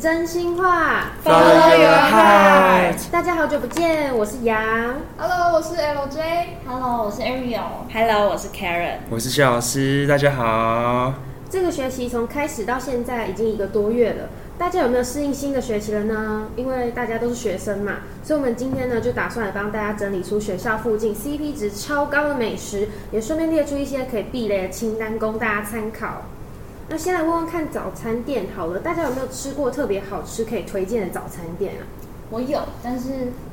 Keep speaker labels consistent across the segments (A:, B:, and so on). A: 真心话
B: Follow your heart
A: 大家好久不见，我是杨。
C: Hello，我是 LJ。
D: Hello，我是 Ariel。
E: Hello，我是 Karen。
B: 我是肖老师，大家好。
A: 这个学期从开始到现在已经一个多月了，大家有没有适应新的学期了呢？因为大家都是学生嘛，所以我们今天呢就打算来帮大家整理出学校附近 CP 值超高的美食，也顺便列出一些可以避雷的清单供大家参考。那先来问问看早餐店好了，大家有没有吃过特别好吃可以推荐的早餐店啊？
D: 我有，但是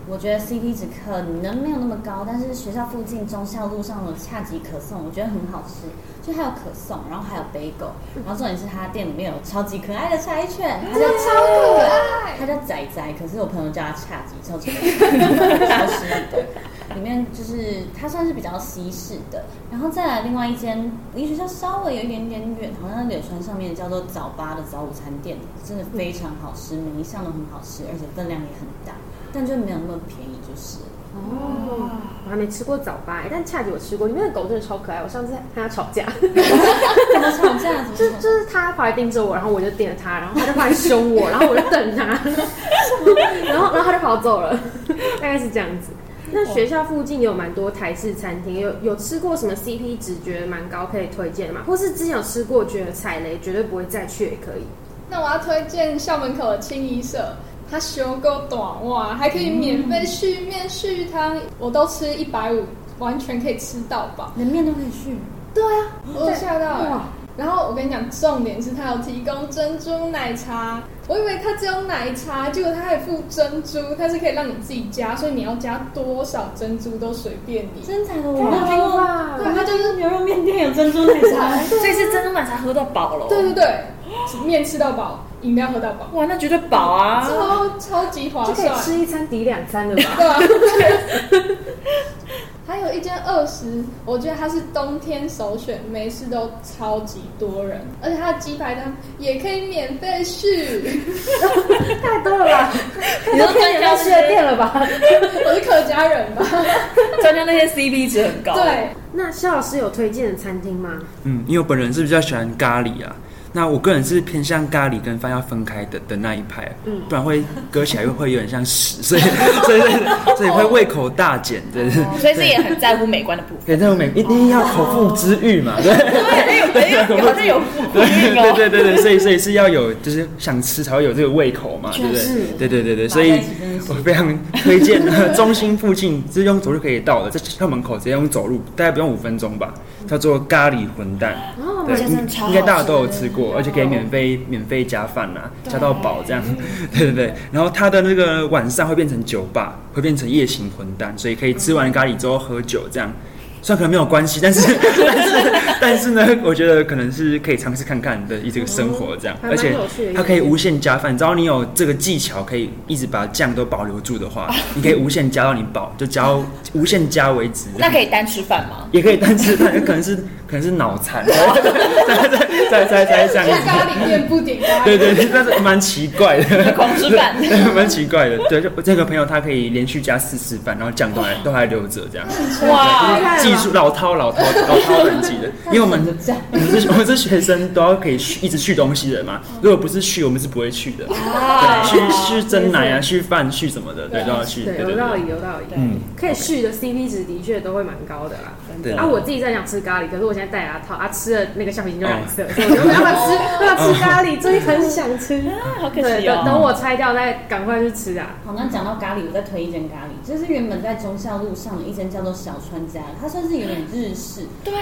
D: 我觉得 CP 值可能没有那么高，但是学校附近忠孝路上的恰吉可颂，我觉得很好吃。就还有可颂，然后还有 bagel，然后重点是它店里面有超级可爱的柴犬，它叫超可爱，它叫仔仔，可是我朋友叫它恰吉，超级可爱 超失礼的。里面就是它算是比较西式的，然后再来另外一间离学校稍微有一点点远，好像在柳川上面叫做早八的早午餐店，真的非常好吃，每一项都很好吃，而且分量也很大，但就没有那么便宜，就是 了。
A: 哦，我还没吃过早八、欸，但恰吉我吃过，里面的狗真的超可爱。我上次和它吵 架，
D: 怎么吵架？怎么
A: 就
D: 吵架
A: 就是它跑来盯着我，然后我就盯着它，然后它就跑来凶我，然后我就瞪 它，然后然后它就跑走了，大概是这样子。那学校附近也有蛮多台式餐厅，有有吃过什么 CP 值觉得蛮高可以推荐的吗？或是之前有吃过觉得踩雷绝对不会再去也可以。
C: 那我要推荐校门口的清一社，它修够短袜，还可以免费续面续汤，我都吃一百五，完全可以吃到饱。
D: 连面都可以续。
C: 对啊，我有吓到
A: 哇
C: 了。然后我跟你讲，重点是它有提供珍珠奶茶，我以为它只有奶茶，结果它还附珍珠，它是可以让你自己加，所以你要加多少珍珠都随便你。
D: 真假的，我没有
A: 太
D: 听
A: 好了
D: 过。
A: 吧
D: 哦
C: 啊
D: 对，它就是牛肉面店有珍珠奶茶。
E: 所以是珍珠奶茶喝到饱了。
C: 对对对，面吃到饱，饮料喝到饱，
E: 哇，那绝对饱啊！
C: 超超级划
A: 就可以
C: 算。
A: 吃一餐抵两餐了吧？
C: 对啊。 还有一间二十，我觉得它是冬天首选，每次都超级多人，而且它的鸡排汤也可以免费续。
A: 太多了 吧？
E: 你说专家
A: 太
E: 是
A: 缺店了吧？
C: 我是客家人吧？
E: 专家那些 CP 值很高。，
C: 对，
A: 那肖老师有推荐的餐厅吗？
B: 嗯，因为我本人是比较喜欢咖喱啊，那我个人是偏向咖喱跟饭要分开的的那一派、啊
A: 嗯
B: 不然会割起来又会有点像屎，所以 所以所以所以会胃口大减，对对
E: 所以这也很在乎美观的部分。
B: 对，但我每一定要口腹之欲嘛，对
E: 对，有好像有呼应
B: 对
E: 哦。
B: 对对对，所以所以是要有就是想吃才会有这个胃口嘛，对不
D: 确实
B: 对？对对对对，
D: 打
B: 所
D: 在一
B: 以
D: 起真的是
B: 我非常推荐中心附近，直接用走路就可以到了，在校门口直接用走路，大概不用五分钟吧，叫做咖喱混蛋。
A: 哦，
B: 对，
E: 觉得真的超好
B: 应该大家都有吃过，而且可以免费免费加饭呐、加到饱这样，对对对。然后它的那个晚上会变成酒吧，会变成夜行混蛋，所以可以吃完咖喱之后喝酒这样。虽然可能没有关系，但是但是但是呢，我觉得可能是可以尝试看看的一这个生活这样，
A: 哦还蛮
B: 而且
A: 有趣的
B: 它可以无限加饭，只要你有这个技巧，可以一直把酱都保留住 的话，你可以无限加到你饱，就加到无限加为止。这
E: 那
B: 样
E: 可以单吃饭吗？
B: 也可以单吃饭，可能是可能是脑残，再再再再这
C: 去
B: 样
C: 咖
B: 子。
C: 喱店不点咖喱，
B: 对对对，但是蛮奇怪的，
E: 狂吃饭
B: 对蛮奇怪的。对，就我这个朋友他可以连续加四次饭，然后酱都还都还留着这样。
E: 哇，
A: 厉害了
B: 技术老饕老饕老饕等级的，因为我们
D: 这样
B: 我们是我们是学生都要可以续一直续东西的嘛，如果不是续，我们是不会去的。对，续续蒸奶啊，续饭续什么的，对，都要续。对
A: 对，
B: 对
A: 有道
B: 对
A: 理，。有道理。
B: 嗯
A: 可以续的 CP 值的确都会蛮高的啦。
B: 对
A: 啊，我自己在想吃咖喱，可是我现在戴牙套，啊，吃了那个橡皮筋
B: 嗯
A: 就染色，所以我就没办 法吃，没办法吃咖喱，最近很想吃。
E: 好可
A: 对，
E: 惜
A: 等
E: 哦。
A: 等我拆掉再赶快去吃啊。
D: 好，那讲到咖喱，我再推一间咖喱，就是原本在忠孝路上的一间叫做小川家，它算是有点日式。
E: 对，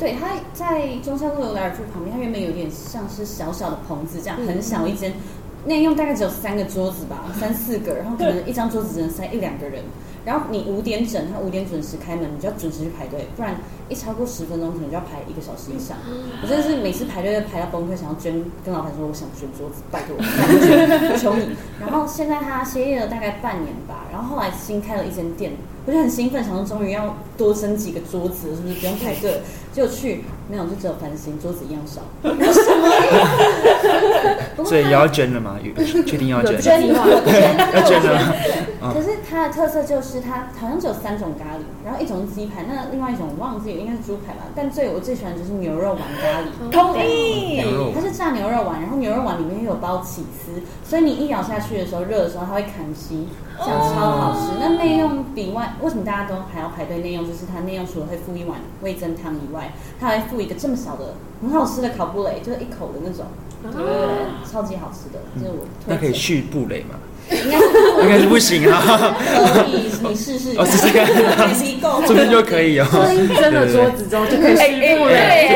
D: 对，它在忠孝路有来尔富旁边，它原本有点像是小小的棚子这
E: 嗯
D: 样，很小一间，内用大概只有三个桌子 吧，三四个，然后可能一张桌子只能塞一两个人。然后你五点整，它五点准时开门，你就要准时去排队，不然一超过十分钟，可能就要排一个小时以上。我真的是每次排队都排到崩溃，想要捐，跟老板说我想捐桌子，拜托 我，拜托捐求你。然后现在它歇业了大概半年吧，然后后来新开了一间店，我就很兴奋，想说终于要多升几个桌子，是不是不用排 队了？结果去没有，就只有翻新，桌子一样少。我什么意思？不过
B: 所以也
D: 它
B: 要捐了吗？有确定要
A: 有这
B: 捐
A: 个？计划了，
B: 要捐了吗？嗯
D: 可是它的特色就是它好像只有三种咖喱，然后一种是鸡排，那另外一种我忘记了，应该是猪排吧。但最我最喜欢的就是牛肉丸咖喱，
F: 同意
B: 羊肉
D: 它是炸牛肉丸，然后牛肉丸里面又有包起司，所以你一咬下去的时候，热的时候它会砍鸡，这样超好吃。那内用比外，为什么大家都还要排队内用？就是它内用除了会附一碗味增汤以外，它还附一个这么小的很好吃的烤布雷，就是一口的那种，
A: 哦
D: 超级好吃的，这是我推
B: 嗯那可以
D: 荐。
B: 续布雷吗？
D: 应该是
B: 应该是不行啊，
D: 可以，你试试看，
B: 哦试试看
D: 你够
B: 这边就可以哦。
A: 所以真的桌子中就可以
F: 哎
A: 吃布
F: 哎
A: 雷，
F: 哎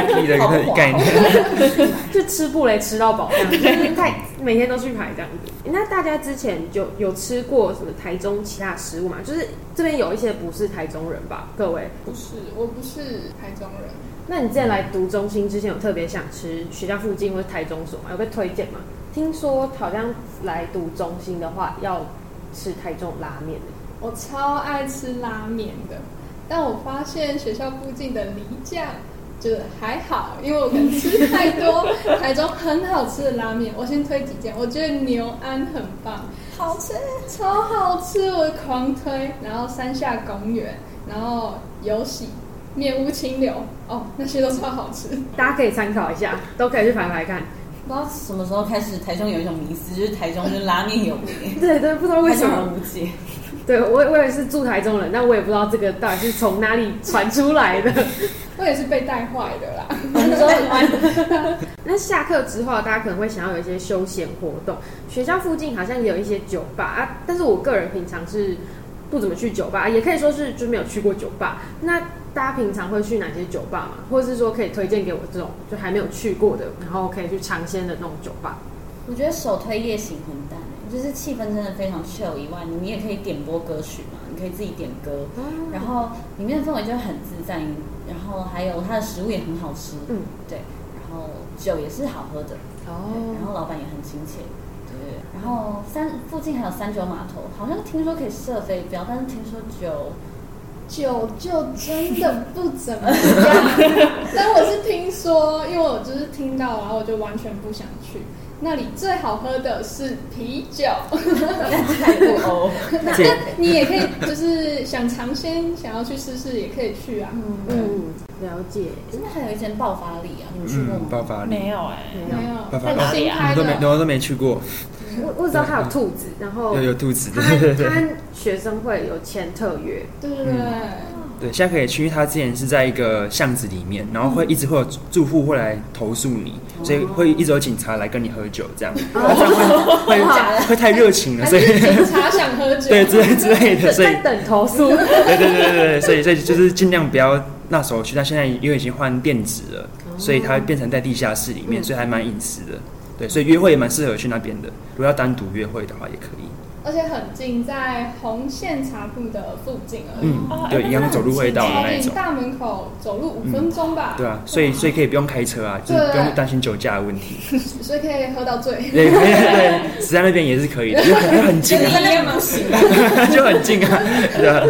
B: 这跟 VIP 的一个概念。
A: 就吃布雷吃到饱这样，就是太每天都去排这样子。那大家之前有有吃过什么台中其他食物吗？就是这边有一些不是台中人吧，各位。
C: 不是，我不是台中人。
A: 那你之前来读中心之前，有特别想吃学校附近或是台中所吗？有被推荐吗？听说好像来读中心的话，要吃台中拉面、
C: 我超爱吃拉面的，但我发现学校附近的梨酱就是还好，因为我可能吃太 多。台中很好吃的拉面，我先推几件，我觉得牛安很棒，
F: 好吃，
C: 超好吃，我狂推。然后山下公园，然后有喜面屋清流，哦，那些都超好吃。
A: 大家可以参考一下，都可以去排排看。
D: 不知道什么时候开始，台中有一种迷思，就是台中就是拉面有名，
A: 对对，不知道为
D: 台
A: 什
D: 中
A: 么
D: 人，无 解。
A: 对我我也是住台中人，但我也不知道这个到底是从哪里传出来的。
C: 我也是被带坏的啦。
D: 台中人
A: 那下课之后，大家可能会想要有一些休闲活动。学校附近好像也有一些酒吧啊，但是我个人平常是不怎么去酒吧，也可以说是就没有去过酒吧。那大家平常会去哪些酒吧嘛？或者是说可以推荐给我这种就还没有去过的，然后可以去尝鲜的那种酒吧？
D: 我觉得首推夜行混蛋，就是气氛真的非常 chill 以外，你也可以点播歌曲嘛，你可以自己点歌，然后里面的氛围就很自在，然后还有它的食物也很好吃，
A: 嗯，
D: 对，然后酒也是好喝的，对然
A: 哦，
D: 后老板也很亲切。对，然后三附近还有三九码头，好像听说可以射飞镖，但是听说酒
C: 酒就真的不怎么 样，但我是听说，因为我就是听到，然后我就完全不想去。那里最好喝的是啤酒，
D: 太不欧。
C: 那
B: 这
C: 你也可以就是想尝鲜，想要去试试也可以去啊。
D: 嗯，
A: 嗯，了解。
D: 真的还有一间爆发力啊，你们去过
B: 嗯
D: 吗，？
B: 爆发力，
F: 没有哎，
A: 没有
C: 没有，
B: 爆发
F: 在哪
B: 力
F: 里
C: 新
F: 啊
B: 我
C: 开
B: 都没，
C: 的，
B: 我都没去过，
A: 我我知道他有兔子，然后
B: 有有肚子，
A: 他
B: 对对对。
A: 他学生会有签特约，
C: 对对对，
B: 对，现在可以去，因为它之前是在一个巷子里面，然后会一直会有住户会来投诉你，所以会一直有警察来跟你喝酒，这样，
A: 哦
B: 那这样会会会太热情了，
C: 还
B: 所以
C: 是警察想喝酒。
B: 对之类之类的，所以
A: 在等投诉。哦
B: 对哎对对对对，所以所以就是尽量不要那时候去，但现在因为已经换电子了，
F: 哦
B: 所以它变成在地下室里
F: 嗯
B: 面，所以还蛮隐私的。对，所以约会也蛮适合去那边的，如果要单独约会的话也可以。
F: 哦
C: 而且很近，在红线茶铺的附近而已，
B: 嗯
F: 哦，哎
B: 对，
F: 那
B: 一样走路会到的
F: 真
B: 那
C: 从
B: 一
C: 你
B: 种。嗯
C: 大门口走路五分钟吧。
B: 对啊，所以所以可以不用开车啊，就是不用担心酒驾的问题。
C: 所以可以喝到醉。
B: 对对对，死在那边也是可以的，就很 很近啊，
D: 那不行。
B: 就很近啊， 对啊，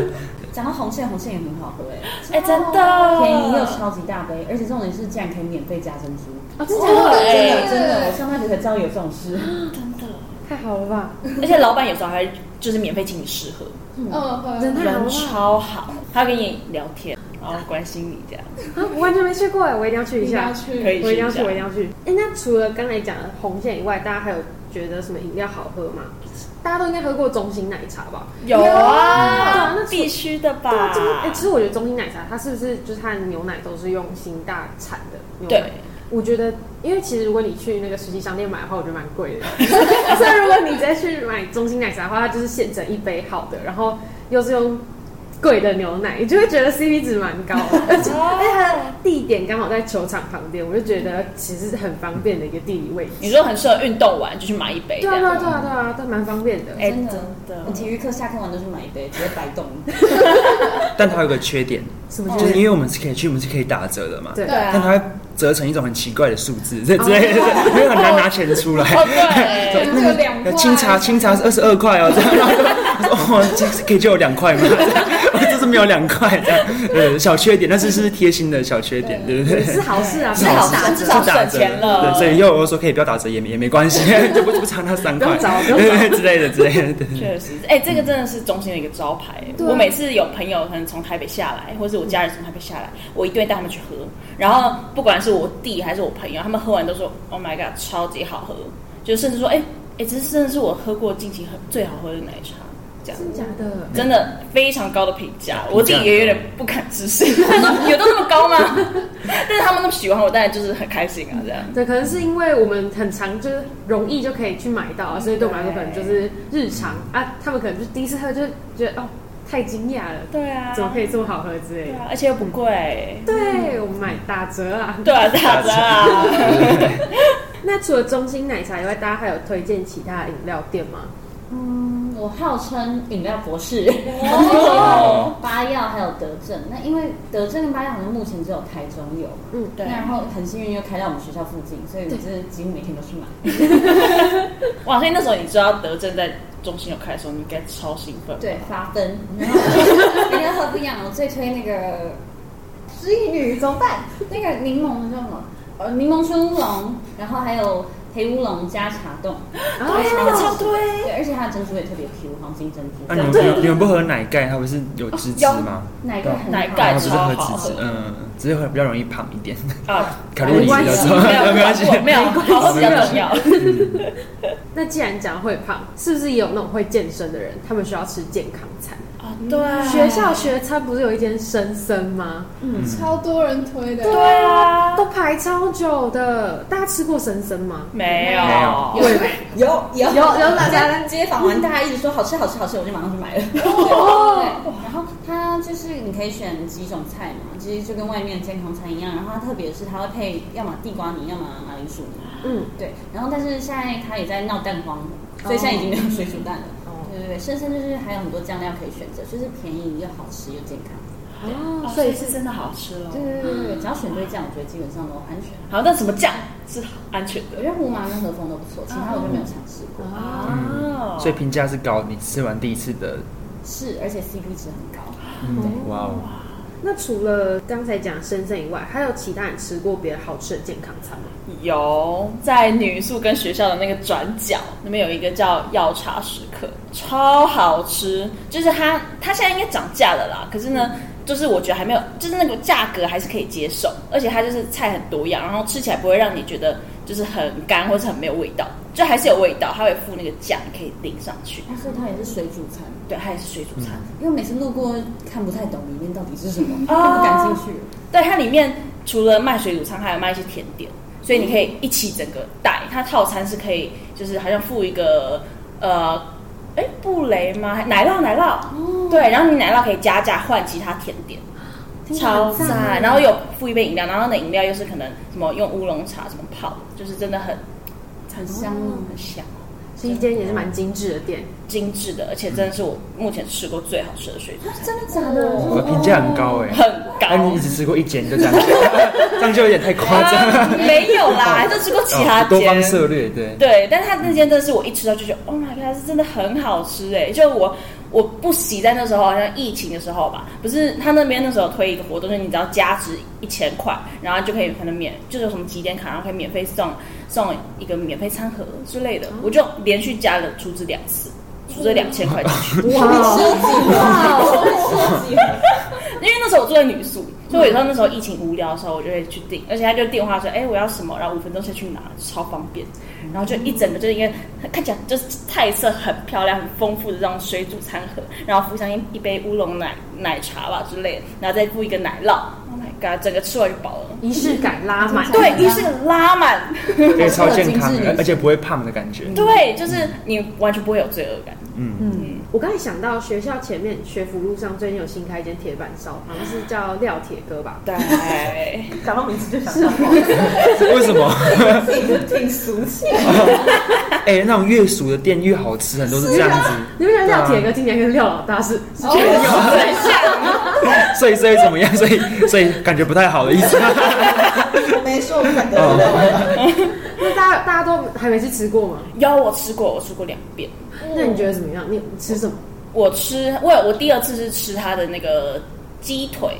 D: 讲到红线，红线也很好喝哎，
F: 哎，真的
D: 便
A: 哦
D: 宜又超级大杯，而且重点是竟然可以免费加珍珠。
A: 啊，真的
F: 真的
D: 真
F: 哎
D: 的真的，我上大学才知道有这种事。
F: 真的，
A: 太好了吧？
F: 而且老板有时候还就是免费请你试喝，
C: 嗯，喝
A: 真的太好
F: 人
A: 了
F: 超好，他跟你聊天，然后关心你这样，
A: 啊，我完全没去过哎，我一定要去一
C: 一定
A: 下
C: 要，去
F: 可以
A: 我一定要去，
F: 试一下
A: 我一定要去。哎、那除了刚才讲的红线以外，大家还有觉得什么饮料好喝吗？大家都应该喝过中心奶茶吧？
F: 有啊
A: 那，
F: 必须的
A: 对啊
F: 吧
A: 中哎、？其实我觉得中心奶茶它是不是就是它的牛奶都是用新大产的牛奶？
F: 对，
A: 我觉得，因为其实如果你去那个实体商店买的话，我觉得蛮贵的。 所以如果你再去买中心奶茶的话，它就是现成一杯好的，然后又是用贵的牛奶，你就会觉得 CP 值蛮高的。而且而且它的地点刚好在球场旁边，我就觉得其实是很方便的一个地理位置。
F: 你说很适合运动完就去买一杯
A: 对
F: 这
A: 啊对
F: 样，
A: 啊对啊对啊，都蛮方便的。
F: 哎，真
D: 真的
F: 的
D: 我，体育课下课完都去买一杯，直接白冻。
B: 但它有个缺点，
A: 什么
B: 就
A: 就是
B: 因
A: 是
B: 为我们是可以去，我们是可以打折的嘛。
A: 对
D: 对啊
B: 但它会折成一种很奇怪的数字，这之类的，
F: 哦
B: 没有很难拿钱出来。
D: 哦对，
C: 就两块，
B: 清茶清茶是二十二块哦，这样，然后就我说哦，这可以借我两块吗？ 哦这样我就是没有两块，这样，呃，小缺点，但是是贴心的小缺点，对不对？
A: 是好事啊，
D: 是
A: 不要
D: 好事
A: 打
D: 至
A: 折
D: 少
B: 是打
D: 省钱了
B: 对，所以又我说可以不要打折也没也没关系， 就不不差那三块，
A: 不用找不用
B: 对对之类的之类的，对
D: 确实，哎、这个真的是中心的一个招牌。
A: 对啊
D: 我每次有朋友可能从台北下来，或是我家人从台北下来，我一定会带他们去喝。然后不管是我弟还是我朋友，他们喝完都说 “Oh my god，超级好喝”，就甚至说“哎、哎、这是真的是我喝过近期很最好喝的奶茶”这样。
A: 真假的？
D: 真的非常高的评价，
B: 哦评价
D: 我自己也有点不敢置 信，他说有到那么高吗？但是他们那么喜欢我，当然就是很开心啊，这样。
A: 对，可能是因为我们很常就是容易就可以去买到啊，所以对我们来说可能就是日常啊。他们可能就是第一次喝就觉得哦太惊讶了，
D: 对啊，
A: 怎么可以这么好喝之类
D: 对
A: 的。
D: 啊，而且又不贵。
A: 对我们买打折啊。
D: 对啊，打折啊！
A: 那除了中心奶茶以外，大家还有推荐其他饮料店吗？
G: 嗯，我号称饮料博士，
B: 哦
G: 八药还有德政。那因为德政跟八药好像目前只有台中有，
A: 嗯，
D: 对
G: 那，然后很幸运又开到我们学校附近，所以我就是几乎每天都去买。
D: 哇，所以那时候你知道德政在中心有开的时候，你应该超兴奋。
G: 对，发疯，然后一定要喝不一样。我最推那个失忆女怎么办？那个柠檬的叫什么？呃，柠檬春乌龙，然后还有黑乌龙加茶冻，
A: 然
D: 对，啊那个超对。
G: 对，而且它的珍珠也特别 Q，黄金珍珠。
B: 那你们
D: 对
B: 不你们不喝奶盖，它不是有脂质吗？哦
G: 奶盖很
D: 奶
G: 好
D: 盖
B: 它不是喝
D: 超好
B: 脂质
D: 喝，
B: 嗯，只是会比较容易胖一点，
D: 啊，
B: 卡路里比较多， 没关系，
D: 没有，好喝比较重要。
A: 那既然讲会胖，是不是也有那种会健身的人，他们需要吃健康餐？
D: 啊，对，
A: 学校学餐不是有一间生生吗？
C: 超多人推的，
D: 对啊，
A: 都排超久的。大家吃过生生吗？
D: 没
B: 没有
D: 有，欸
A: 对，
G: 有有
A: 有有大家
G: 街访完，大家一直说好吃好吃好吃，我就马上去买了。对，然后它就是你可以选几种菜嘛，其实就跟外面健康餐一样。然后它特别是它会配，要么地瓜泥，要么马铃薯泥。
A: 嗯，
G: 对，然后但是现在它也在闹蛋荒，所以现在已经没有水煮蛋了。
A: 哦
G: 对对对，深深就是还有很多酱料可以选择，就是便宜又好吃又健康。
A: 哦，
D: 所
A: 所
D: 以
A: 以
D: 是真的好吃哦。
G: 对对对对，只要选对酱，我觉得基本上都安全。
D: 好，但什么酱是安全
G: 我
D: 的？
G: 觉得胡麻跟和风都不错，其他我就没有尝试过。
A: 啊，
D: 啊
B: 嗯所以评价是高。你吃完第一次的，
G: 是，而且 CP 值很高。
B: 嗯，哇哦，
A: 那除了刚才讲生生以外，还有其他人吃过别的好吃的健康餐吗？
D: 有在女宿跟学校的那个转角那边有一个叫药茶食客，超好吃。就是它，它现在应该涨价了啦。可是呢，就是我觉得还没有，就是那个价格还是可以接受，而且它就是菜很多样，然后吃起来不会让你觉得就是很干或者很没有味道，就还是有味道。它会附那个酱，你可以淋上去。
G: 啊，所以它也是水煮餐，
D: 对，它也是水煮餐。
G: 因为每次路过看不太懂里面到底是什么，
D: 哦
G: 就不敢进去。
D: 对，它里面除了卖水煮餐，还有卖一些甜点，所以你可以一起整个带。它套餐是可以，就是好像附一个呃，哎布雷吗？还奶酪奶酪，
B: 哦
D: 对，然后你奶酪可以加价换其他甜点，超赞。然后有附一杯饮料，然后那饮料又是可能什么用乌龙茶什么泡，就是真的很
G: 很香哦
D: 很香。
A: 是一间也是蛮精致的店，
D: 精致的，而且真的是我目前吃过最好吃的水煮，
G: 真的假的？
B: 我的评价很高哎。
D: 很高。
B: 但你只吃过一间就 这样，这样就有点太夸张。哦
D: 啊没有啦，还是吃过其他
B: 哎多
D: 间
B: 方策略，对。
D: 对，但是它那间真的是我一吃到就觉得，Oh my god，是真的很好吃哎！就我我不惜在那时候好像疫情的时候吧，不是他那边那时候推一个活动，就是你只要加值一千块，然后就可以可能免就是有什么几点卡，然后可以免费送送一个免费餐盒之类的，我就连续加了出资两次。出资两千块进去，
A: 哇，
D: 因为那时候我住在女宿，所以我有时候那时候疫情无聊的时候，我就会去订，而且他就电话说，哎、我要什么，然后五分钟先去拿，超方便。然后就一整个就是一个看起来就是菜色很漂亮、很丰富的这种水煮餐盒，然后附上一一杯乌龙奶奶茶吧之类的，然后再附一个奶酪。Oh my god，整个吃完就饱了。
A: 仪式感拉满，
D: 对，于是拉满，
B: 可以超健康
G: 精致女
B: 的，
G: 性
B: 而且不会胖的感觉。
D: 对，就是你完全不会有罪恶感。
B: 嗯，
A: 嗯，我刚才想到学校前面学府路上最近有新开一间铁板烧，好像是叫廖铁哥吧？
D: 对，
G: 讲到名字就想到，
B: 为什么？
G: 挺俗气。
B: 哎、那种越熟的店越好吃，很多是这样子。
A: 你们觉得廖铁
B: 对
A: 哥今年跟廖老大是是
C: 哦，很像，
B: 啊 所以所以怎么样？所以所以感觉不太好的意 思。
H: 我没说，我不敢得罪人。
B: 哦，
A: 那大家大家都还没去吃过吗？
D: 有我吃过，我吃过两遍。
A: 那你觉得怎么样？你你吃什么？
D: 我吃，我有我第二次是吃它的那个鸡腿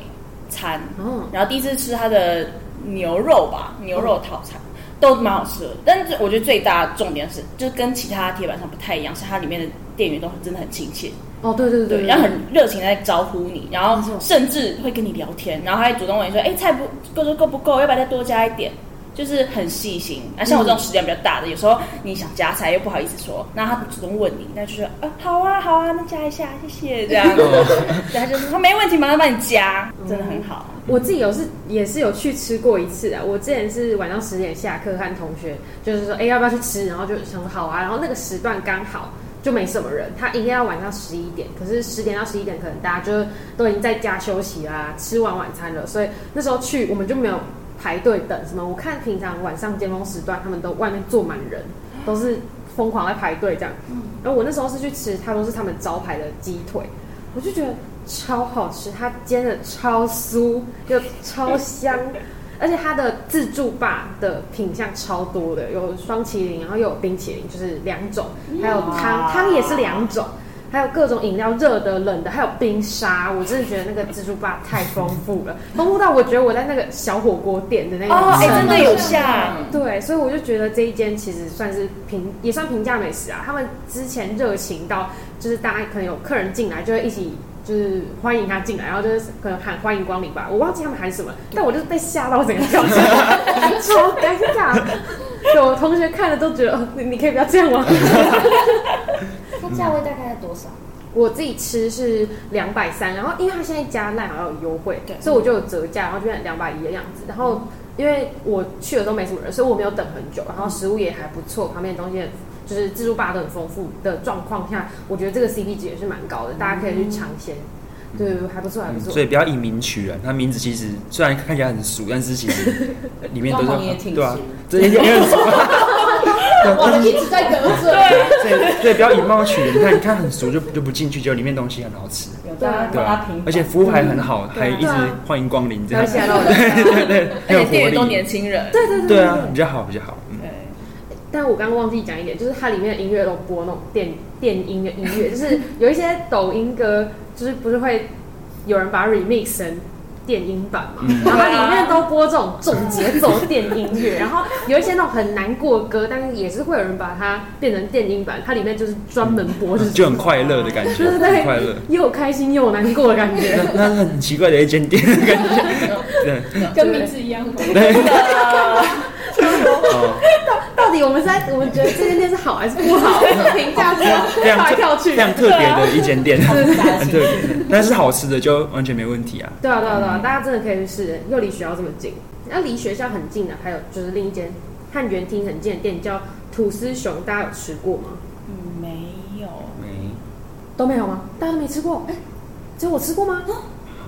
D: 餐，
A: 哦，
D: 然后第一次吃它的牛肉吧，牛肉套餐。都蛮好吃的，但是我觉得最大的重点是，就是跟其他铁板上不太一样，是它里面的店员都很真的很亲切，
A: 哦，对对
D: 对，
A: 对，
D: 然后很热情地在招呼你，然
A: 没
D: 后
A: 错
D: 甚至会跟你聊天，然后还主动问你说，哎，菜不够够不够，要不要再多加一点？就是很细心。啊，像我这种食量比较大的，有时候你想加菜又不好意思说，那他主动问你，那就是啊，好啊，好啊，那加一下，谢谢，这样。对，他就是说没问题，马上帮你加，真的很好。
A: 我自己有是也是有去吃过一次啊。我之前是晚上十点下课，和同学就是说，哎、要不要去吃？然后就想说好啊。然后那个时段刚好就没什么人，他营业到晚上十一点，可是十点到十一点可能大家就都已经在家休息啦，吃完晚餐了，所以那时候去我们就没有排队等什么。我看平常晚上尖峰时段，他们都外面坐满人，都是疯狂在排队这样。然后我那时候是去吃，他都是他们招牌的鸡腿，我就觉得超好吃，它煎的超酥又超香，而且它的自助吧的品相超多的，有双麒麟，然后又有冰淇淋，就是两种，还有汤，汤也是两种。还有各种饮料，热的、冷的，还有冰沙，我真的觉得那个自助吧太丰富 了，丰富到我觉得我在那个小火锅店的那个
D: 哦，哎，
A: 程
D: 真的
A: 度
D: 有像，
A: 对，所以我就觉得这一间其实算是平，也算平价美食啊。他们之前热情到，就是大家可能有客人进来，就会一起就是欢迎他进来，然后就是可能喊欢迎光临吧。我忘记他们喊什么，
D: 嗯
A: 但我就是被吓到整个笑出来超尴 尬。对我同学看了都觉得，哦，你你可以不要这样吗？
G: 它价位大概在多少？
A: 我自己吃是两百三，然后因为它现在加烂好像有优惠，
D: 对
A: 所以我就有折价，然后就变两百一的样子。然后因为我去的都没什么人，所以我没有等很久，然后食物也还不错，旁边的东西也就是自助吧都很丰富的状况下，我觉得这个 CP 值也是蛮高的，大家可以去尝鲜，对，还不错，还不错。
B: 所以不要以名取人，它名字其实虽然看起来很俗，但是其实呃里面都是
G: 装潢也挺
B: 对啊
G: 俗，
B: 这也也很俗。 对
C: 我
B: 但
C: 们
B: 是
C: 一直在得罪，
B: 所以所以不要以貌取人，你看你看很俗就就不进去，结果里面东西很好吃，
G: 有大概
B: 对
G: 帮它
B: 啊
G: 平，，嗯
B: 而且服务还很好，
A: 对啊
B: 还一直欢迎光临这
A: 然
B: 样
A: 后，吓
G: 啊
A: 到我了，
B: 对对，
D: 而
B: 很
D: 且店
B: 有
D: 员都
B: 活
D: 年
B: 力。
D: 轻人，
A: 对对对
B: 对啊，比较好比较好，嗯，
D: 对，
A: 但我刚刚忘记讲一点，就是它里面的音乐都播那种电电音的音乐，就是有一些抖音歌，就是不是会有人把它 remix 成电音版嘛，
B: 嗯
A: 然后它里面都播这种重节奏电音 乐，然后有一些那种很难过的歌，但是也是会有人把它变成电音版，它里面就是专门播这种，
B: 就很快乐的感觉，
A: 对对对
B: 很快乐。
A: 又开心又难过的感觉
B: 那。那是很奇怪的一间店的感觉，对
C: 跟名字一样吗？
B: 对哦，
A: 到底我们是在我们觉得这间店是好还是不 好？评价这样
B: 非
A: 跳
B: 常
A: 来
B: 特
A: 跳去
B: 非，常特别的一间店，
G: 对对
B: 很特别，但是好吃的就完全没问题啊。
A: 对啊，对啊，对啊，大家真的可以去试，又离学校这么近。那离学校很近的、还有就是另一间汉园厅很近的店叫吐司熊，大家有吃过吗？
D: 嗯没有，
B: 没，
A: 都没有吗？大家都没吃过？哎，只有我吃过吗？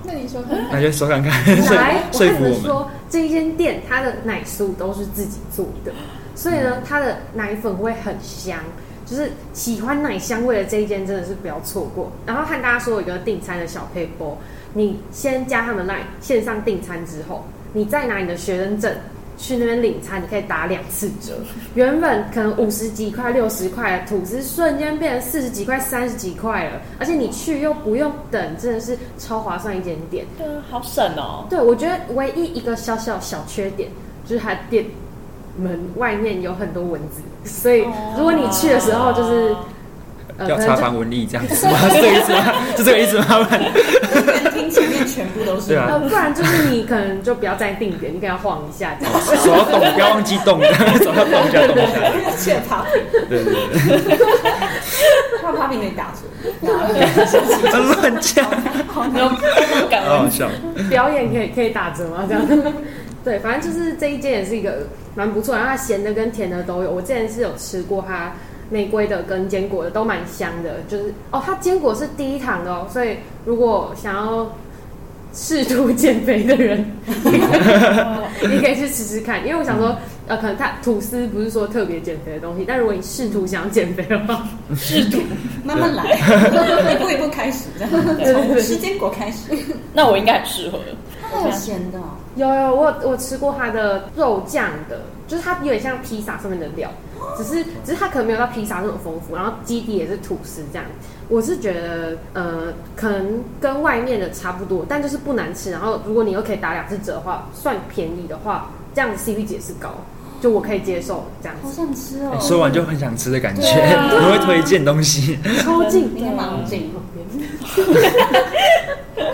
C: 那你说看看，
B: 那就 说看看，说
A: 来，我
B: 说
A: 跟你
B: 服
A: 们
B: 我们。
A: 说，这一间店它的奶酥都是自己做的，所以呢，它的奶粉会很香。就是喜欢奶香味的这一间真的是不要错过。然后和大家说有一个订餐的小配波，你先加他们来线上订餐之后，你再拿你的学生证去那边领餐，你可以打两次折。原本可能五十几块、六十块的吐司，瞬间变成四十几块、三十几块了。而且你去又不用等，真的是超划算一间店。
D: 对啊，好省哦，
A: 对，我觉得唯一一个小小小缺点就是它店门外面有很多蚊子，所以如果你去的时候就是、呃，
B: 要
A: 可
B: 查
A: 能就
B: 房文理这样子吗？是这个意思吗？是这个意思吗？不然
G: 听前面全部都是
B: 对。啊
A: 呃，，不然就是你可能就不要站定点，你可能要晃一下这样。
B: 手要动，不要忘记动，手要动一下，动一下。
G: 切爬屏，
B: 对对对，
G: 怕爬屏给打折，
B: 乱讲，
D: 你都不敢
B: 好好笑。
A: 表演可以可以打折吗？这样？对，反正就是这一间也是一个蛮不错，然后它咸的跟甜的都有。我之前是有吃过它玫瑰的跟坚果的都蛮香的，就是哦，它坚果是低糖的哦，所以如果想要试图减肥的人，你可以去吃吃看，因为我想说，呃，可能它吐司不是说特别减肥的东西，但如果你试图想要减肥的话，
G: 慢慢来，一步一步开始，这
D: 对
G: 样从吃坚果开始。
D: 那我应该很适合。
G: 它还有咸的哦，
A: 有有，我有我吃过它的肉酱的，就是它有点像披萨上面的料，只是只是它可能没有到披萨那种丰富，然后基底也是吐司这样。我是觉得呃，可能跟外面的差不多，但就是不难吃。然后如果你又可以打两次折的话，算便宜的话，这样 CP 值是高，就我可以接受这样
G: 好
A: 子。
G: 想吃哦。
B: 哎说完就很想吃的感觉，
D: 对啊
B: 你会推荐东西，
A: 超近
G: 应该蛮近旁边。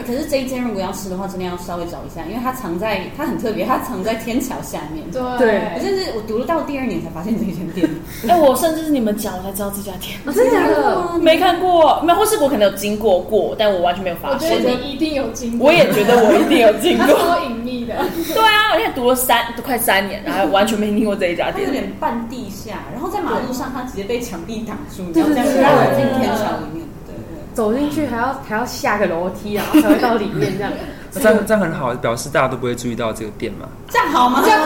G: 可是这一间如果要吃的话，真的要稍微找一下，因为它藏在它很特别，它藏在天桥下面。
C: 对
A: 对
G: 我真是我读到第二年才发现这一间店，
D: 哎、我甚至是你们讲我才知道这家店，
A: 啊，真的假
B: 呃
G: 哦
A: 的？
D: 没看过，没有，或是我可能有经过过，但我完全没有
C: 我
D: 发
C: 觉得
D: 现。
C: 你一定有经过，
D: 我也觉得我一定有经
C: 它
D: 过。
C: 超隐秘的，
D: 对啊，我现在读了三都快三年，然后完全没听过这一家
G: 它有
D: 店。
G: 点半地下，然后在马路上它直接被墙壁挡住，
A: 对
G: 然后这样
A: 对对
G: 子绕进天桥里面。对对
A: 走进去还要还要下个楼梯，然后才会到里面这样。
B: 这样这样很好，表示大家都不会注意到这个店嘛。
G: 对，这样好吗？这样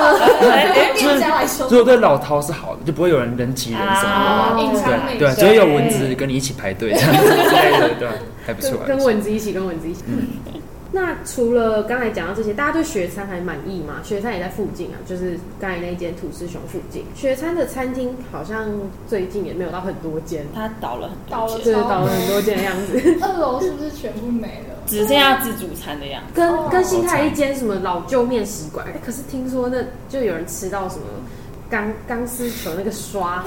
G: 哎好，店家来说
B: 如。果对老饕是好的，就不会有人人
A: 嗯
B: 挤人什么
D: 啊
C: 隐
B: 的，
C: 藏
B: 对
C: 美
B: 对，
C: 食
B: 只会有蚊子跟你一起排队这样子之类的，对，还不错
A: 跟，
B: 还
A: 跟
B: 不错。
A: 蚊子一起，跟蚊子一起。 那除了刚才讲到这些，大家对学餐还满意吗？学餐也在附近啊，就是刚才那间土司熊附近。学餐的餐厅好像最近也没有到很多间，
D: 他倒了很
C: 倒
D: 多
C: 了
D: 间，
A: 就是倒了很多间的样 子。
C: 二楼是不是全部没了？
D: 只剩下自助餐的样子。
A: 跟跟新开一间什么老旧面食馆，哎可是听说那就有人吃到什么钢钢丝球那个刷，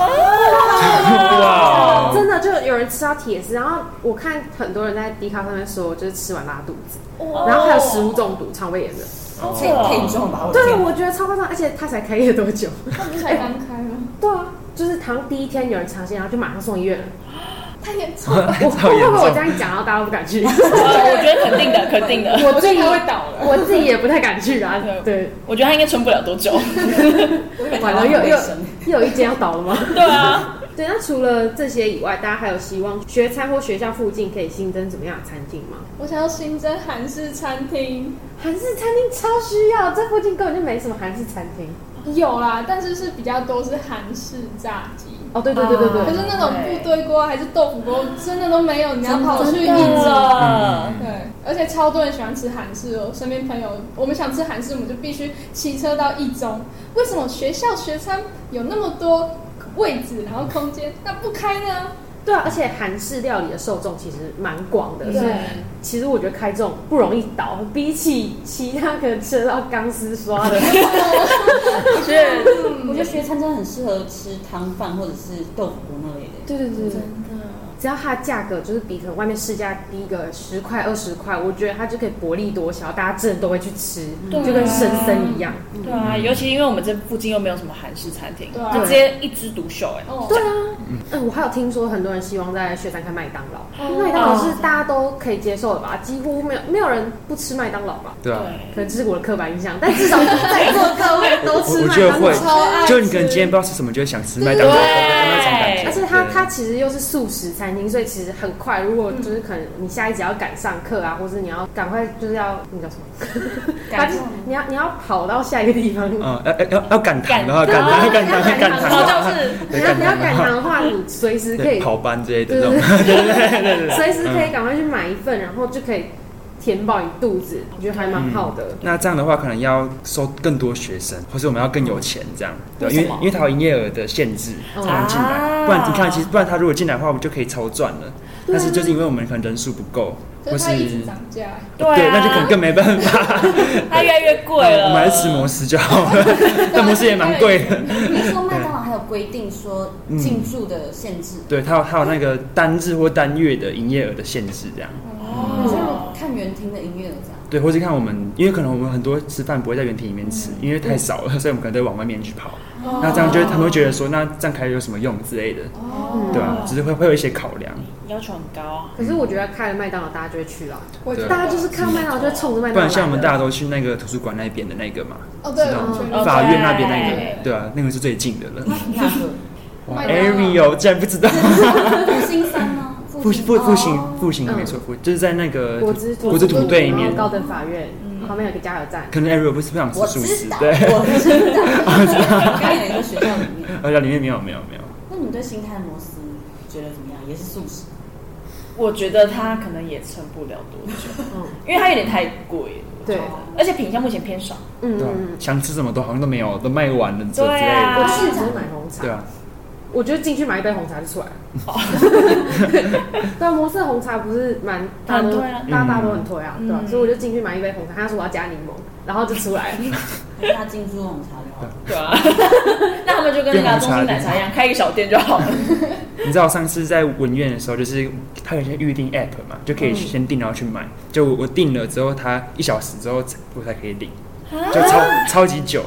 A: 哦
B: 哇，
A: 真的就有人吃到铁丝。然后我看很多人在迪卡上面说，就是吃完拉肚子，哦然后还有
D: 哦
A: 食物中毒、肠胃炎的。
G: 太太重吧？我的
A: 对，
G: 天
A: 我觉得超夸张，而且他才开业多久？
C: 它不是才刚开吗？
A: 对啊，就是好像第一天有人尝鲜，然后就马上送医院 了。
C: 太严重
A: 我
C: 了，
A: 会不
B: 超严
A: 会我这
B: 重，
A: 样讲，然后大家都不 敢去？
D: 呃我觉得肯定的，肯定的。
A: 我自己
C: 它会倒 了。
A: 我自己也不太敢去啊。 对，
D: 我觉得他应该撑不了多 久。
G: 我以为台
A: 完了
G: 湾
A: 又
G: 很
A: 又
G: 卫生
A: 又有一间要倒了吗？
D: 对啊，
A: 对，那除了这些以外，大家还有希望学餐或学校附近可以新增怎么样的餐厅吗？
C: 我想要新增韩式餐厅，
A: 韩式餐厅超需要，这附近根本就没什么韩式餐厅。
C: 有啦，但是是比较多是韩式炸鸡。
A: 哦，对对对对
C: 可
A: 对，
C: 是那种部队锅啊还是豆腐锅，真的都没有，你要跑去一
D: 真
C: 周。
D: 的
C: 对，而且超多人喜欢吃韩式哦。身边朋友，我们想吃韩式，我们就必须骑车到一中。为什么学校学餐有那么多位置，然后空间，那不开呢？
A: 对啊，而且韩式料理的受众其实蛮广的，
C: 对
A: 所以其实我觉得开这种不容易倒，比起其他可能吃得到钢丝刷的，
D: 我觉得
G: 我觉得学餐真的很适合吃汤饭或者是豆腐锅那类的。
A: 对对对，真的。 只要它的价格就是比可能外面市价低个十块二十块，我觉得它就可以薄利多销，大家真的都会去吃，
D: 对啊
A: 就跟生参一样。
D: 对啊，尤其因为我们这附近又没有什么韩式餐厅，
C: 对啊
D: 就直接一枝独秀哎。
C: 哦，
A: 对啊，嗯，我还有听说很多人希望在雪山开麦当
B: 哦
C: 哦
A: 劳，麦当劳是大家都可以接受的吧？几乎没有没有人不吃麦当劳吧？
B: 对啊。
A: 可能这是我的刻板印象，但至少在座各位都
B: 我
A: 吃
B: 我
A: 麦
B: 觉得
A: 当
B: 会
A: 劳。
C: 超爱，吃
B: 就你可能今天不知道吃什么，就会想吃麦当劳
D: 对
B: 那种感觉。
A: 而且它
B: 对
A: 它其实又是素食餐厅，所以其实很快。如果就是可能你下一节要赶上课啊，或者你要赶快就是要那叫什么？
G: 赶
A: 就是你要你要跑到下一个地方。
B: 嗯，要要要要赶堂的话，赶
D: 赶
B: 堂
D: 堂
B: 要赶堂要
A: 对
B: 赶堂，
D: 然后就是
A: 你要你要赶堂的话，你随时可
B: 啊对
A: 以，
B: 跑嗯班之类的
A: 对
B: 这
A: 对
B: 种，
A: 对， 随时可以赶快去买一份，然后就可以填饱你肚子，我觉得还
B: 嗯
A: 蛮好的。
B: 那这样的话，可能要收更多学生，或是我们要更有钱这样，对，因为因为它有营业额的限制
A: 嗯
B: 才能进来，
D: 啊
B: 不然你看，其实不然他如果进来的话，我们就可以超赚了。但是就是因为我们可能人数不够，
C: 可
B: 或
C: 是
B: 是
C: 它一直涨价，
D: 对啊，
B: 那就可能更没办法，
D: 它越来越贵了。
B: 我们还是吃摩斯就好了，但摩斯也蛮贵的。
G: 听说麦当劳还有规定说进驻的限制，
B: 对，它有它有那个单日或单月的营业额的限制这样。
G: 好
D: 哦
G: 像看园厅的音乐这样。
B: 对，或是看我们，因为可能我们很多吃饭不会在原体里面吃，因为太少了，所以我们可能都会往外面去跑。那这样就会他们会觉得说，那这样开有什么用之类的，
C: 哦
B: 对吧、只是会会有一些考量，
D: 要求很高啊。
A: 可是我觉得开了麦当劳，大家就会去了，
C: 我觉
B: 嗯对啊
C: 得
A: 大家就是看到麦当劳就会冲着麦当
B: 不
A: 劳
B: 然
A: 来的。
B: 像我们大家都去那个图书馆那边的那个嘛，
C: 哦，
B: 知
C: 对，
B: 道
C: 我
B: 吗
C: 觉
A: 嗯
C: 得
B: 法院那边
D: 对
B: 那个，对啊，那个是最近的了。
G: 那个
B: 哇
C: 麦当劳
B: ，Ariel 竟然不知道，
G: 复兴三吗？
B: 复
G: 兴
B: 复复兴
A: 哦
B: 复兴
A: 嗯
B: 没错，复就是在那个
A: 国之
B: 国之土对
A: 然
B: 面
A: 后，高等法院旁边有个加油站。
B: 可能 Ariel 不是不想吃
G: 我
B: 素
G: 知
B: 食
G: 道，，
B: 对，
G: 我知道， 我刚演一个学校里面。
B: 而且里面没有没有没有，
G: 那你对新泰摩斯觉得怎么样？也是素食，
D: 我觉得它可能也撑不了多久，
A: 嗯
D: 因为它有点太贵了，
A: 对，
G: 哦
B: 哦
D: 而且品相目前偏少。
A: 嗯
B: 对啊
A: 嗯，嗯，嗯
B: 想吃什么都好像都没有，都卖完了之之类
D: 对啊
B: 的，
A: 我去只是买红茶
B: 对，啊，
A: 我觉得进去买一杯红茶就出来了。
D: 哦
A: 对啊，摩斯的红茶不是蛮大家都
D: 很推啊
A: 大家大家都很推啊，
D: 嗯
A: 对吧？所以我就进去买一杯红茶，他说我要加柠檬，然后就出来了。
D: 嗯
G: 那他进驻红茶就好了。
D: 对啊，那他们就跟那个中心奶茶一样，开一个小店就好 了。
B: 你知道我上次在文苑的时候，就是它有一些预定 app 嘛，就可以先订然后去
A: 嗯
B: 买，就我我订了之后，它一小时之后才我才可以领，
A: 啊
B: 就超超级久，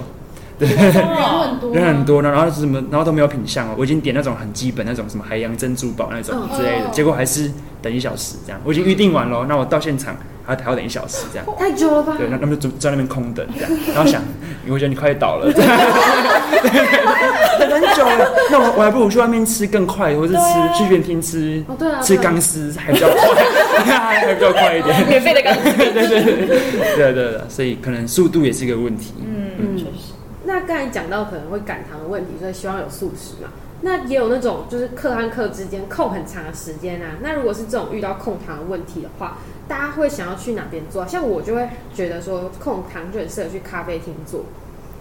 C: 人很多吗，
B: 人很多呢，然后是什么，然后都没有品相哦。我已经点那种很基本那种什么海洋珍珠堡那种
A: 嗯
B: 之类的，
C: 哦
B: 结果还是等一小时这样。我已经预定完了，那我到现场还要还要等一小时这样。
A: 太久了吧？
B: 对，那那么就在那边空等这样，然后想，嗯我觉得你快倒 了，对 等很久了，那我我还不如去外面吃更快，或是吃、
A: 啊
B: 去餐厅吃
A: 哦，对啊，
B: 吃
A: 对啊
B: 钢丝还比较快， 还比较快一点。
D: 免费的干
B: 对对对对对对对，所以可能速度也是一个问题。
D: 嗯，确实。
A: 那刚才讲到可能会赶糖的问题，所以希望有素食嘛。那也有那种就是课和课之间空很长的时间啊。那如果是这种遇到空堂的问题的话，大家会想要去哪边做啊？像我就会觉得说空堂就很适合去咖啡厅做。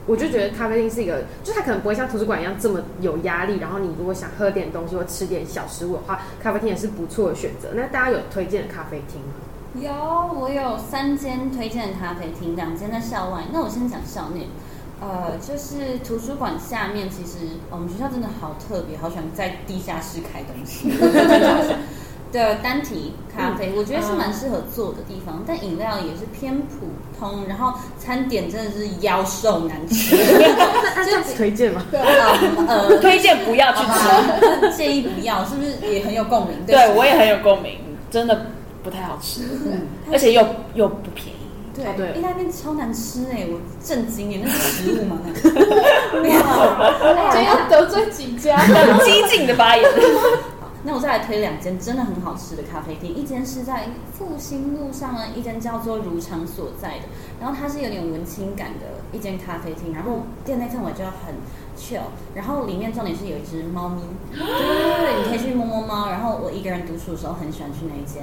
A: 我就觉得咖啡厅是一个，就它可能不会像图书馆一样这么有压力。然后你如果想喝点东西或吃点小食物的话，咖啡厅也是不错的选择。那大家有推荐的咖啡厅吗？
G: 有，我有三间推荐的咖啡厅，两间在校外。那我先讲校内，呃，就是图书馆下面，其实哦我们学校真的好特别，好喜欢在地下室开东西。对，单体咖啡，我觉得是蛮适合做的地方，但饮料也是偏普通，然后餐点真的是妖兽难吃。
A: 那那这样子推荐吗？
G: 呃，
D: 推荐不要去
G: 好
D: 吃。
G: 吧， 建议不要，是不是也很有共鸣？
D: 对我也很有共鸣，真的不太好吃，嗯而且又又不便宜。
G: 对
A: 哦对
G: 意大利面超难吃哎、我震惊哎，那是食物吗？ 那
C: 这要得罪几家？
D: 很激进的发言，
G: 那我再来推两间真的很好吃的咖啡厅，一间是在复兴路上呢，一间叫做如常所在的，然后它是有点文青感的一间咖啡厅，然后店内氛围就很 chill，然后里面重点是有一只猫咪，对对对，你可以去摸摸猫，然后我一个人独处的时候很喜欢去那一间，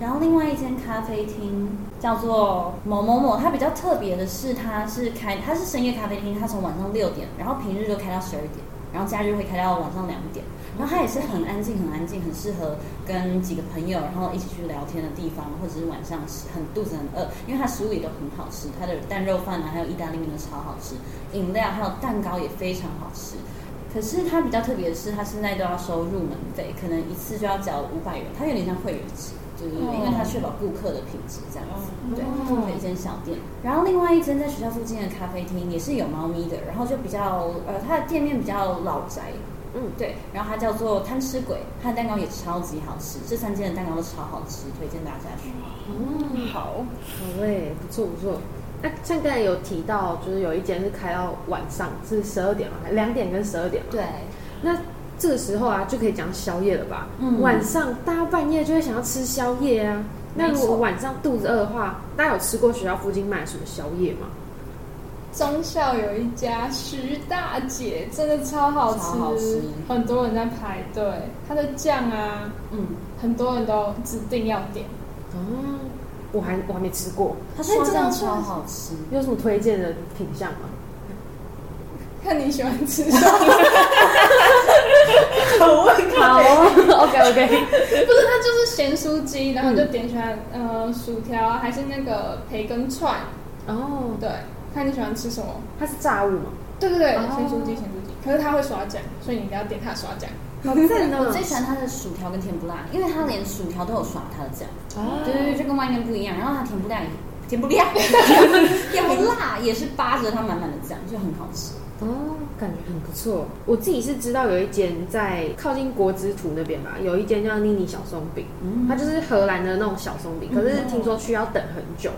G: 然后另外一间咖啡厅叫做某某某，它比较特别的是它是开它是深夜咖啡厅，它从晚上六点，然后平日就开到十二点。然后假日会开到晚上两点，然后它也是很安静、很安静，很适合跟几个朋友，然后一起去聊天的地方，或者是晚上吃很肚子很饿，因为它食物也都很好吃，它的蛋肉饭啊，还有意大利面都超好吃，饮料还有蛋糕也非常好吃。可是嗯它比较特别的是，它现在都要收入门费，可能一次就要缴五百元，它有点像会员制，就是因为它确保顾客的品质这样子。对，有一间小店，哦然后另外一间在学校附近的咖啡厅也是有猫咪的，然后就比较呃，它的店面比较老宅，
A: 嗯
G: 对，然后它叫做贪吃鬼，它的蛋糕也超级好吃，这三间的蛋糕都超好吃，推荐大家去。
D: 好，
A: 好嘞，不错不错。那像刚才有提到，就是有一间是开到晚上，是十二点嘛，两点跟十二点嘛。
G: 对，
A: 那这个时候啊，就可以讲宵夜了吧？
G: 嗯
A: 晚上大家半夜就会想要吃宵夜啊。那
G: 没
A: 如
G: 错
A: 果晚上肚子饿的话，大家有吃过学校附近卖的什么宵夜吗？
C: 中校有一家徐大姐，真的超好吃，
G: 超好吃
C: 很多人在排队。它的酱啊，
A: 嗯，
C: 很多人都指定要点。
A: 哦，我还我还没吃过，
G: 它刷酱超好吃，
A: 有什么推荐的品相吗？
C: 看你喜欢吃什么，
A: 好 哦，OK OK，
C: 不是它就是咸酥鸡，然后就点喜欢、呃薯条啊，还是那个培根串，
A: 哦，
C: 对，看你喜欢吃什么。
A: 它是炸物吗？
C: 对对对，
A: 哦
C: 咸酥鸡咸酥鸡，可是它会刷酱，所以你一定要点它的刷酱。
A: 好哦赞
G: 哦我最喜欢它的薯条跟甜不辣，因为它连薯条都有刷它的酱。
A: 哦
G: 对对对，就跟外面不一样。然后它甜不辣也，甜不辣， 甜不辣也是扒着它满满的酱，就很好吃。
A: 哦，感觉很不错。我自己是知道有一间在靠近国之图那边吧，有一间叫妮妮小松饼，它就是荷兰的那种小松饼，可是听说去要等很久。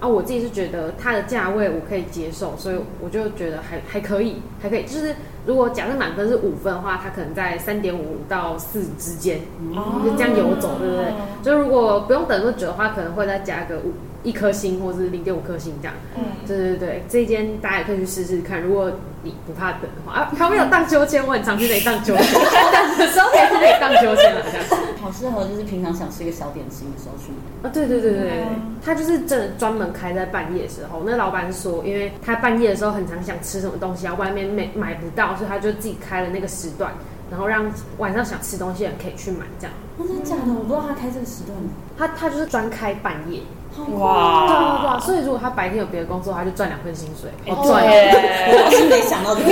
A: 啊，我自己是觉得它的价位我可以接受，所以我就觉得还还可以，还可以。就是如果假设满分是五分的话，它可能在三点五到四之间，
D: 哦
A: 就这样游走，对不对？就如果不用等那么久的话，可能会再加个五一颗星或是零点五颗星这样。
C: 嗯，
A: 对对对，这一间大家也可以去试试看，如果你不怕等的话，啊，旁边有荡秋千，我很常去那里荡秋千， 我等的时候也是可以荡秋千啊，这样。
G: 好适合就是平常想吃一个小点心的时候去买。
A: 啊，对对对 对对
C: 嗯，
A: 他就是真的专门开在半夜的时候。那老板说，因为他半夜的时候很常想吃什么东西，然后外面买买不到，所以他就自己开了那个时段，然后让晚上想吃东西的人可以去买这样。
G: 那真的假的？我不知道他开这个时段呢。
A: 他他就是专开半夜，
D: 哇，
A: 对啊对啊，所以如果他白天有别的工作，他就赚两份薪水，
D: 哎
A: 好赚哦
D: 对
G: 我是没想到这个。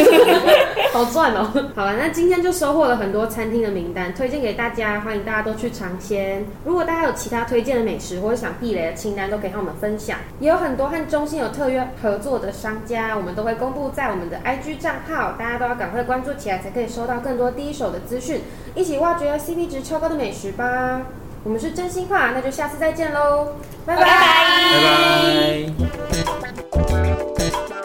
A: 好赚哦！ 好了，那今天就收获了很多餐厅的名单，推荐给大家，欢迎大家都去尝鲜。如果大家有其他推荐的美食或者想避雷的清单，都可以和我们分享。也有很多和中心有特约合作的商家，我们都会公布在我们的 IG 账号，大家都要赶快关注起来，才可以收到更多第一手的资讯，一起挖掘 CP 值超高的美食吧。我们是真心话，那就下次再见喽，拜拜
B: 拜拜。